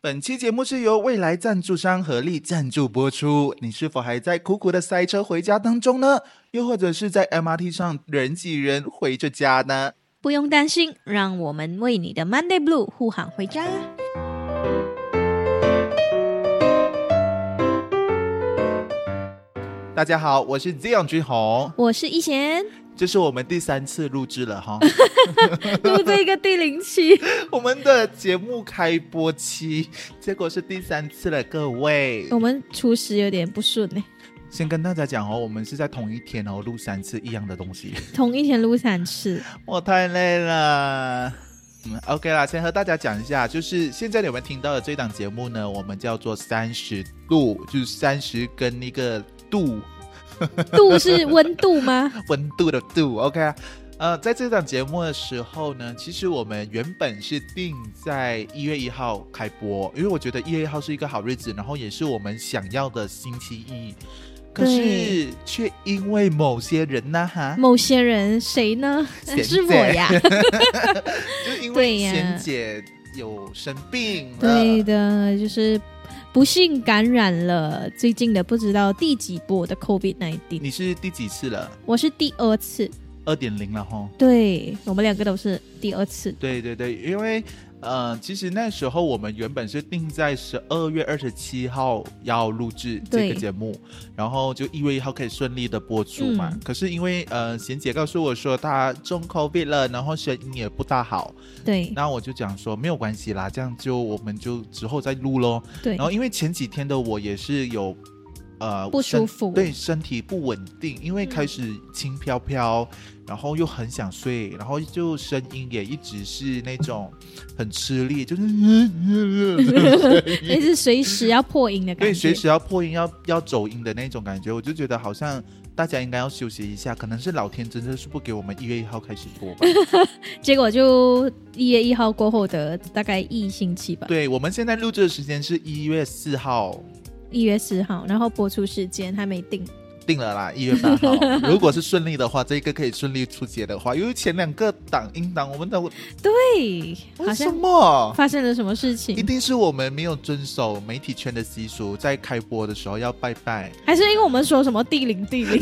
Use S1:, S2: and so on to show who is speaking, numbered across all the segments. S1: 本期节目是由未来赞助商合力赞助播出。你是否还在苦苦的塞车回家当中呢？又或者是在 MRT 上人挤人回着家呢？
S2: 不用担心，让我们为你的 Monday Blue 护航回家。啊
S1: 大家好，我是 Zion 君宏，
S2: 我是 一贤，
S1: 这是我们第三次录制了哈。
S2: 录这个第零期，
S1: 我们的节目开播期，结果是第三次了，各位。
S2: 我们厨师有点不顺欸呢、
S1: 先跟大家讲哦，我们是在同一天哦录三次一样的东西，
S2: 同一天录三 次。
S1: 我太累了。嗯，OK 啦，先和大家讲一下，就是现在你们听到的这档节目呢，我们叫做三十度，就是三十跟那个度
S2: 度是温度吗？
S1: 温度的度，OK 啊。呃，在这档节目的时候呢，其实我们原本是定在一月一号开播，因为我觉得一月一号是一个好日子，然后也是我们想要的星期一。可是
S2: 对
S1: 却因为某些人呐、哈，
S2: 某些人谁呢？
S1: 贤姐
S2: 是 我呀。
S1: 就是因为
S2: 对呀
S1: 贤姐有生病了，
S2: 对的，就是不幸感染了最近的不知道第几波的 COVID 1 9
S1: 你是第几次了？
S2: 我是第二次，
S1: 二点零了哈。
S2: 对我们两个都是第二次。
S1: 对对对，因为呃，其实那时候我们原本是定在十二月二十七号要录制这
S2: 对
S1: 个节目，然后就一月一号可以顺利的播出嘛。
S2: 嗯
S1: 可是因为呃，贤姐告诉我说她中 COVID 了，然后声音也不大好，
S2: 对
S1: 那我就讲说没有关系啦，这样就我们就之后再录咯。
S2: 对
S1: 然，后因为前几天的我也是有。呃，
S2: 不舒
S1: 身
S2: 服
S1: 对身体不稳定，因为
S2: 嗯
S1: 开始轻飘飘，然后又很想睡，然后就声音也一直是那种很吃力，就是
S2: 那是随时要破音的感觉。
S1: 对，随时要破音、要要走音的那种感觉，我就觉得好像大家应该要休息一下，可能是老天真的是不给我们一月一号开始播 吧。
S2: 结果就一月一号过后的大概一星期吧，
S1: 对，我们现在录制的时间是一月四号，
S2: 一月十号，然后播出时间还没定。
S1: 定了啦，一月八号。 如果是顺利的话，这个可以顺利出街的话，因为前两个档音档我们都
S2: 对，好
S1: 为什
S2: 像
S1: 么？
S2: 发生了什么事
S1: 一
S2: 情？
S1: 定是我们没有遵守媒体圈的习俗，在开播的时候要拜拜，
S2: 还是因为我们说什么地灵地灵？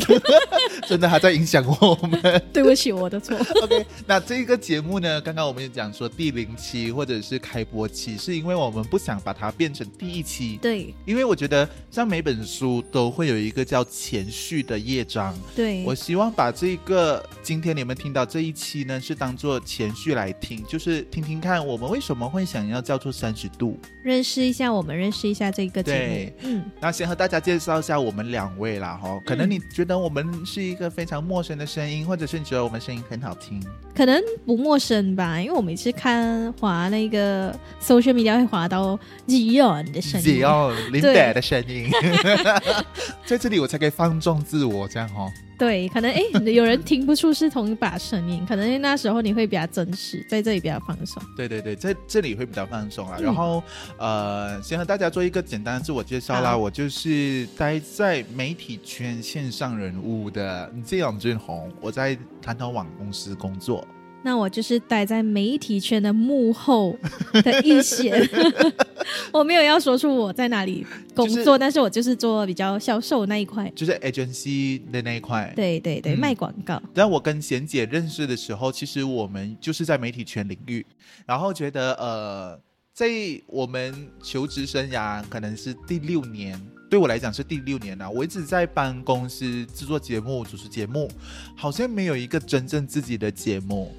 S1: 真的还在影响我们。
S2: 对不起，我的错。
S1: OK，那这个节目呢，刚刚我们也讲说第零期或者是开播期，是因为我们不想把它变成第一期，
S2: 对
S1: 因为我觉得像每本书都会有一个叫前序的页章，
S2: 对，
S1: 我希望把这个今天你们听到这一期呢，是当做前序来听，就是听听看我们为什么会想要叫做三十度。
S2: 认识一下我们，认识一下这个节
S1: 对
S2: 目。嗯，
S1: 那先和大家介绍一下我们两位啦，哈，可能
S2: 嗯
S1: 你觉得我们是一个非常陌生的声音，或者是你觉得我们声音很好听，
S2: 可能不陌生吧，因为我每次看滑那个 social media 会滑到 Zion 的声
S1: 只
S2: 音。
S1: 要林
S2: 对
S1: 北的声音， 在这里我才可以放纵自我，这样哦。
S2: 对，可能哎，有人听不出是同一把声音，可能那时候你会比较真实，在这里比较放松。
S1: 对对对，在这里会比较放松啦。
S2: 嗯
S1: 然后呃，先和大家做一个简单的自我介绍啦，
S2: 好
S1: 我就是待在媒体圈线上人物的这样俊宏，我在弹簧网公司工作。
S2: 那我就是待在媒体圈的幕后的一 些，我没有要说出我在哪里工作，
S1: 就是
S2: 但是我就是做比较销售那一块。
S1: 就是 agency 的那一块，
S2: 对对对，
S1: 嗯
S2: 卖广告。
S1: 但我跟贤姐认识的时候，其实我们就是在媒体圈领域，然后觉得呃，在我们求职生涯可能是第六年，对我来讲是第六年啊了、我一直在帮公司制作节目、主持节目，好像没有一个真正自己的节目。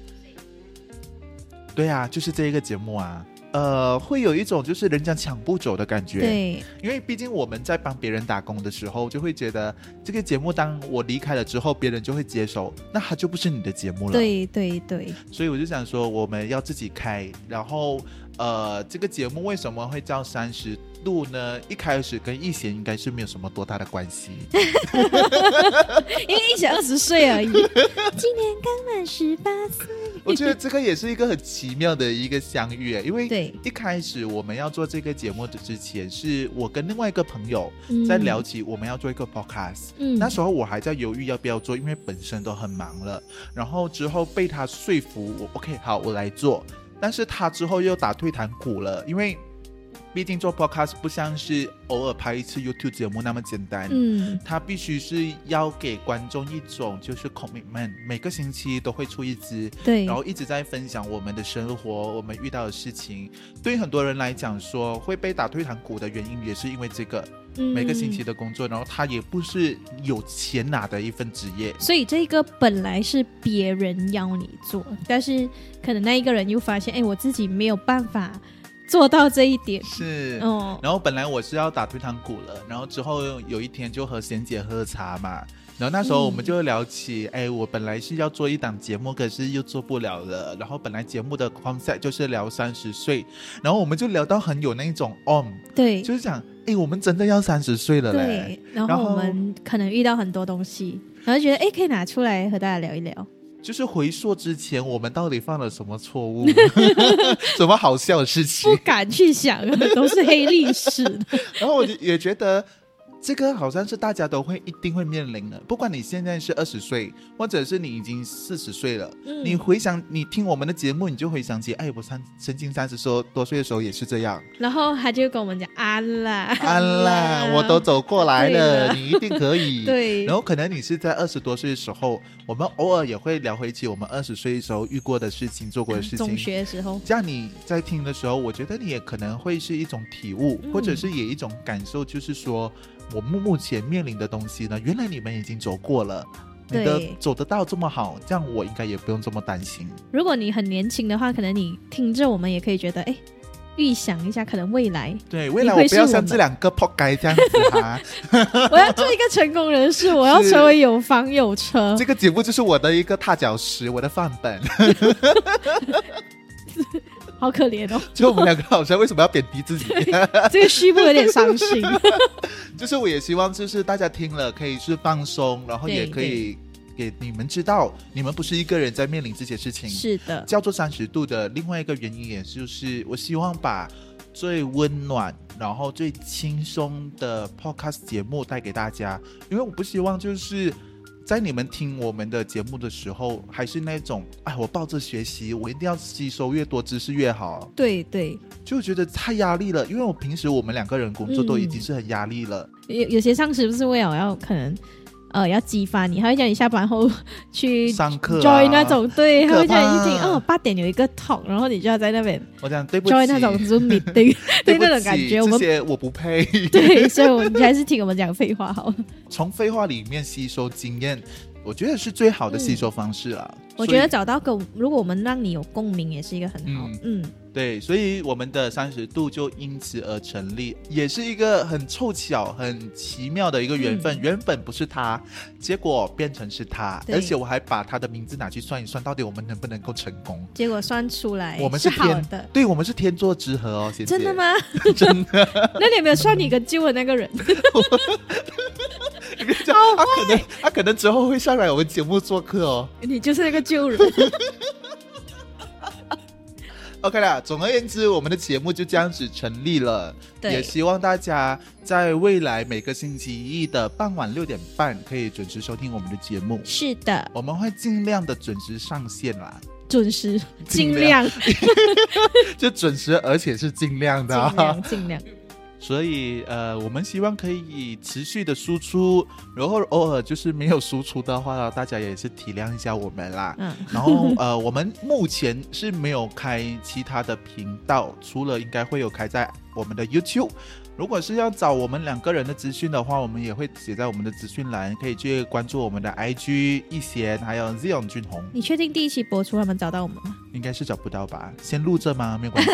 S1: 对啊，就是这一个节目啊，呃，会有一种就是人家抢不走的感觉。
S2: 对
S1: 因为毕竟我们在帮别人打工的时候，就会觉得这个节目当我离开了之后，别人就会接手，那它就不是你的节目了。，
S2: 对对对，
S1: 所以我就想说，我们要自己开。然后，呃，这个节目为什么会叫三十度呢？一开始跟易贤应该是没有什么多大的关 系。
S2: 因为一起二十岁 而已，今年刚满十八岁。
S1: 我觉得这个也是一个很奇妙的一个相遇，因为
S2: 对，
S1: 一开始我们要做这个节目之前，是我跟另外一个朋友
S2: 嗯
S1: 在聊。起我们要做一个 podcast。
S2: 嗯，
S1: 那时候我还在犹豫要不要做，因为本身都很忙了。然后之后被他说服，我 OK 好，我来做。但是他之后又打退堂鼓了，因为毕竟做 podcast 不像是偶尔拍一次 YouTube 节目那么简单，
S2: 嗯，
S1: 它必须是要给观众一种就是 commitment，每个星期都会出一支，
S2: 对，
S1: 然后一直在分享我们的生活，我们遇到的事情。对于很多人来讲说，会被打退堂鼓的原因也是因为这个，每个星期
S2: 嗯。
S1: 的工作，然后他也不是有钱拿的一份职业。
S2: 所以这个本来是别人要你做，但是可能那一个人又发现，哎，我自己没有办法做到这一点。
S1: 是
S2: 哦，
S1: 然后本来我是要打退堂鼓了，然后之后有一天就和贤姐喝茶嘛，然后那时候我们就聊起，
S2: 嗯
S1: 哎，我本来是要做一档节目，可是又做不了了。然后本来节目的 concept 就是聊三十岁，然后我们就聊到很有那种 on，
S2: 对
S1: 就是讲，哎，我们真的要三十岁了嘞。
S2: 对，然
S1: 然
S2: 后
S1: 后
S2: 我们可能遇到很多东西，然后觉得哎，可以拿出来和大家聊一 聊。
S1: 就是回溯之前，我们到底犯了什么错 误，什么好笑的事情
S2: 不？敢去想，都是黑历史。
S1: 然后我就也觉得。这个好像是大家都会一定会面临的，不管你现在是二十岁，或者是你已经四十岁了，
S2: 嗯
S1: 你回想你听我们的节目，你就回想起，哎，我三曾经三十多多岁的时候也是这 样，
S2: 然后他就跟我们讲啊啦，
S1: 安啦，我都走过来
S2: 啊对
S1: 了，
S2: 了
S1: 你一定可以。
S2: 对，
S1: 然后可能你是在二十多岁的时候，我们偶尔也会聊回起我们二十岁的时候遇过的事情、做过的事情。
S2: 中学的时候，
S1: 这样你在听的时候，我觉得你也可能会是一种体悟，
S2: 嗯
S1: 或者是也一种感受，就是说我们目前面临的东西呢，原来你们已经走过了。你的
S2: 对
S1: 走得到这么好，这样我应该也不用这么担心。
S2: 如果你很年轻的话，可能你听着我们也可以觉得，哎，预想一下，可能未来
S1: 对，未来我
S2: 会
S1: 不
S2: 是
S1: 要
S2: 我
S1: 像
S2: 们
S1: 这两个破街这样子 啊！
S2: 我要做一个成功人士，我要
S1: 是
S2: 成为有房有车
S1: 这，个节目就是我的一个踏脚石，我的范本。
S2: 好可怜 哦，
S1: 就我们两个好像为什么要贬低自己？
S2: 这个虚部有点伤心。
S1: 就是我也希望，就是大家听了可以是放松，然后也
S2: 对
S1: 可以给你们知道，你们不是一个人在面临这些事情。
S2: 是的，
S1: 叫做三十度的另外一个原因，也就是我希望把最温暖，然后最轻松的 podcast 节目带给大家，因为我不希望就是。在你们听我们的节目的时候，还是那种，哎，我抱着学习，我一定要吸收越多知识越好，
S2: 对对，
S1: 就觉得太压力了。因为我平时我们两个人工作都已经是很压力了，
S2: 有有些上司不是为了要可能。呃，要激发你，他会叫你下班后去
S1: 上课、啊、
S2: join 那，种，对，
S1: 可
S2: 他会叫你一听
S1: 怕
S2: 哦，八点有一个 talk，然后你就要在那边
S1: 我讲对不起，
S2: join 那种 Zoom meeting，
S1: 对
S2: 对
S1: 不
S2: 那种感
S1: 起
S2: 觉，我
S1: 这
S2: 们
S1: 些我不配。
S2: 对，所以我们还是听我们讲废话 好了。
S1: 从废话里面吸收经验，我觉得是最好的吸收方式了。
S2: 嗯我
S1: 所以
S2: 觉得找到个，如果我们让你有共鸣，也是一个很好，嗯，
S1: 对，所以我们的三十度就因此而成立，也是一个很凑巧、很奇妙的一个缘分。原本不是他，结果变成是他，
S2: 嗯对
S1: 而且我还把他的名字拿去算一算，到底我们能不能够成功？
S2: 结果算出来
S1: 我们
S2: 哎是好
S1: 天
S2: 的，，
S1: 对我们是天作之合哦，贤姐
S2: 真的？吗？
S1: 真的，
S2: 那你有没有算你跟救的那个人？
S1: 你别讲他可
S2: 哦
S1: 能他可能之后会上来我们节目做客哦。
S2: 你就是那个救 人，
S1: OK 啦，总而言之，我们的节目就这样子成立了。也
S2: 对，
S1: 希望大家在未来每个星期一的傍晚六点半可以准时收听我们的节目，
S2: 是的，
S1: 我们会尽量的准时上线啦，
S2: 准时，
S1: 尽
S2: 尽
S1: 量
S2: 量，
S1: 就准时，而且是尽量 的、
S2: 尽
S1: 啊
S2: 量，。尽量，
S1: 所以呃，我们希望可以持续的输出，然后偶尔就是没有输出的话，大家也是体谅一下我们啦。
S2: 嗯，
S1: 然后呃，我们目前是没有开其他的频道，除了应该会有开在我们的 YouTube。如果是要找我们两个人的资讯的话，我们也会写在我们的资讯栏，可以去关注我们的 IG 一贤，还有 Zion 俊宏，
S2: 你确定第一期播出他们找到我们吗？
S1: 应该是找不到吧？先录着吗？没有关系，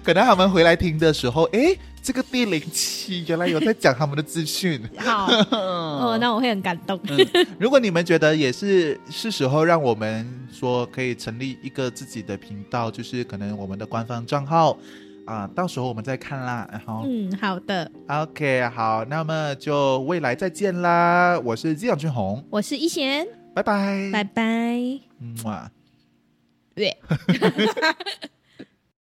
S1: 可能他们回来听的时候，诶，这个第零期原来有在讲他们的资讯。
S2: 好，哦，那我会很感动。
S1: 如果你们觉得也是是时候让我们说可以成立一个自己的频道，就是可能我们的官方账号啊、到时候我们再看啦。然后、
S2: 嗯，好的，
S1: OK，好，那么就未来再见啦。我是季阳俊宏，
S2: 我是一贤，
S1: 拜拜，
S2: 拜拜。
S1: 嗯哇。
S2: 对。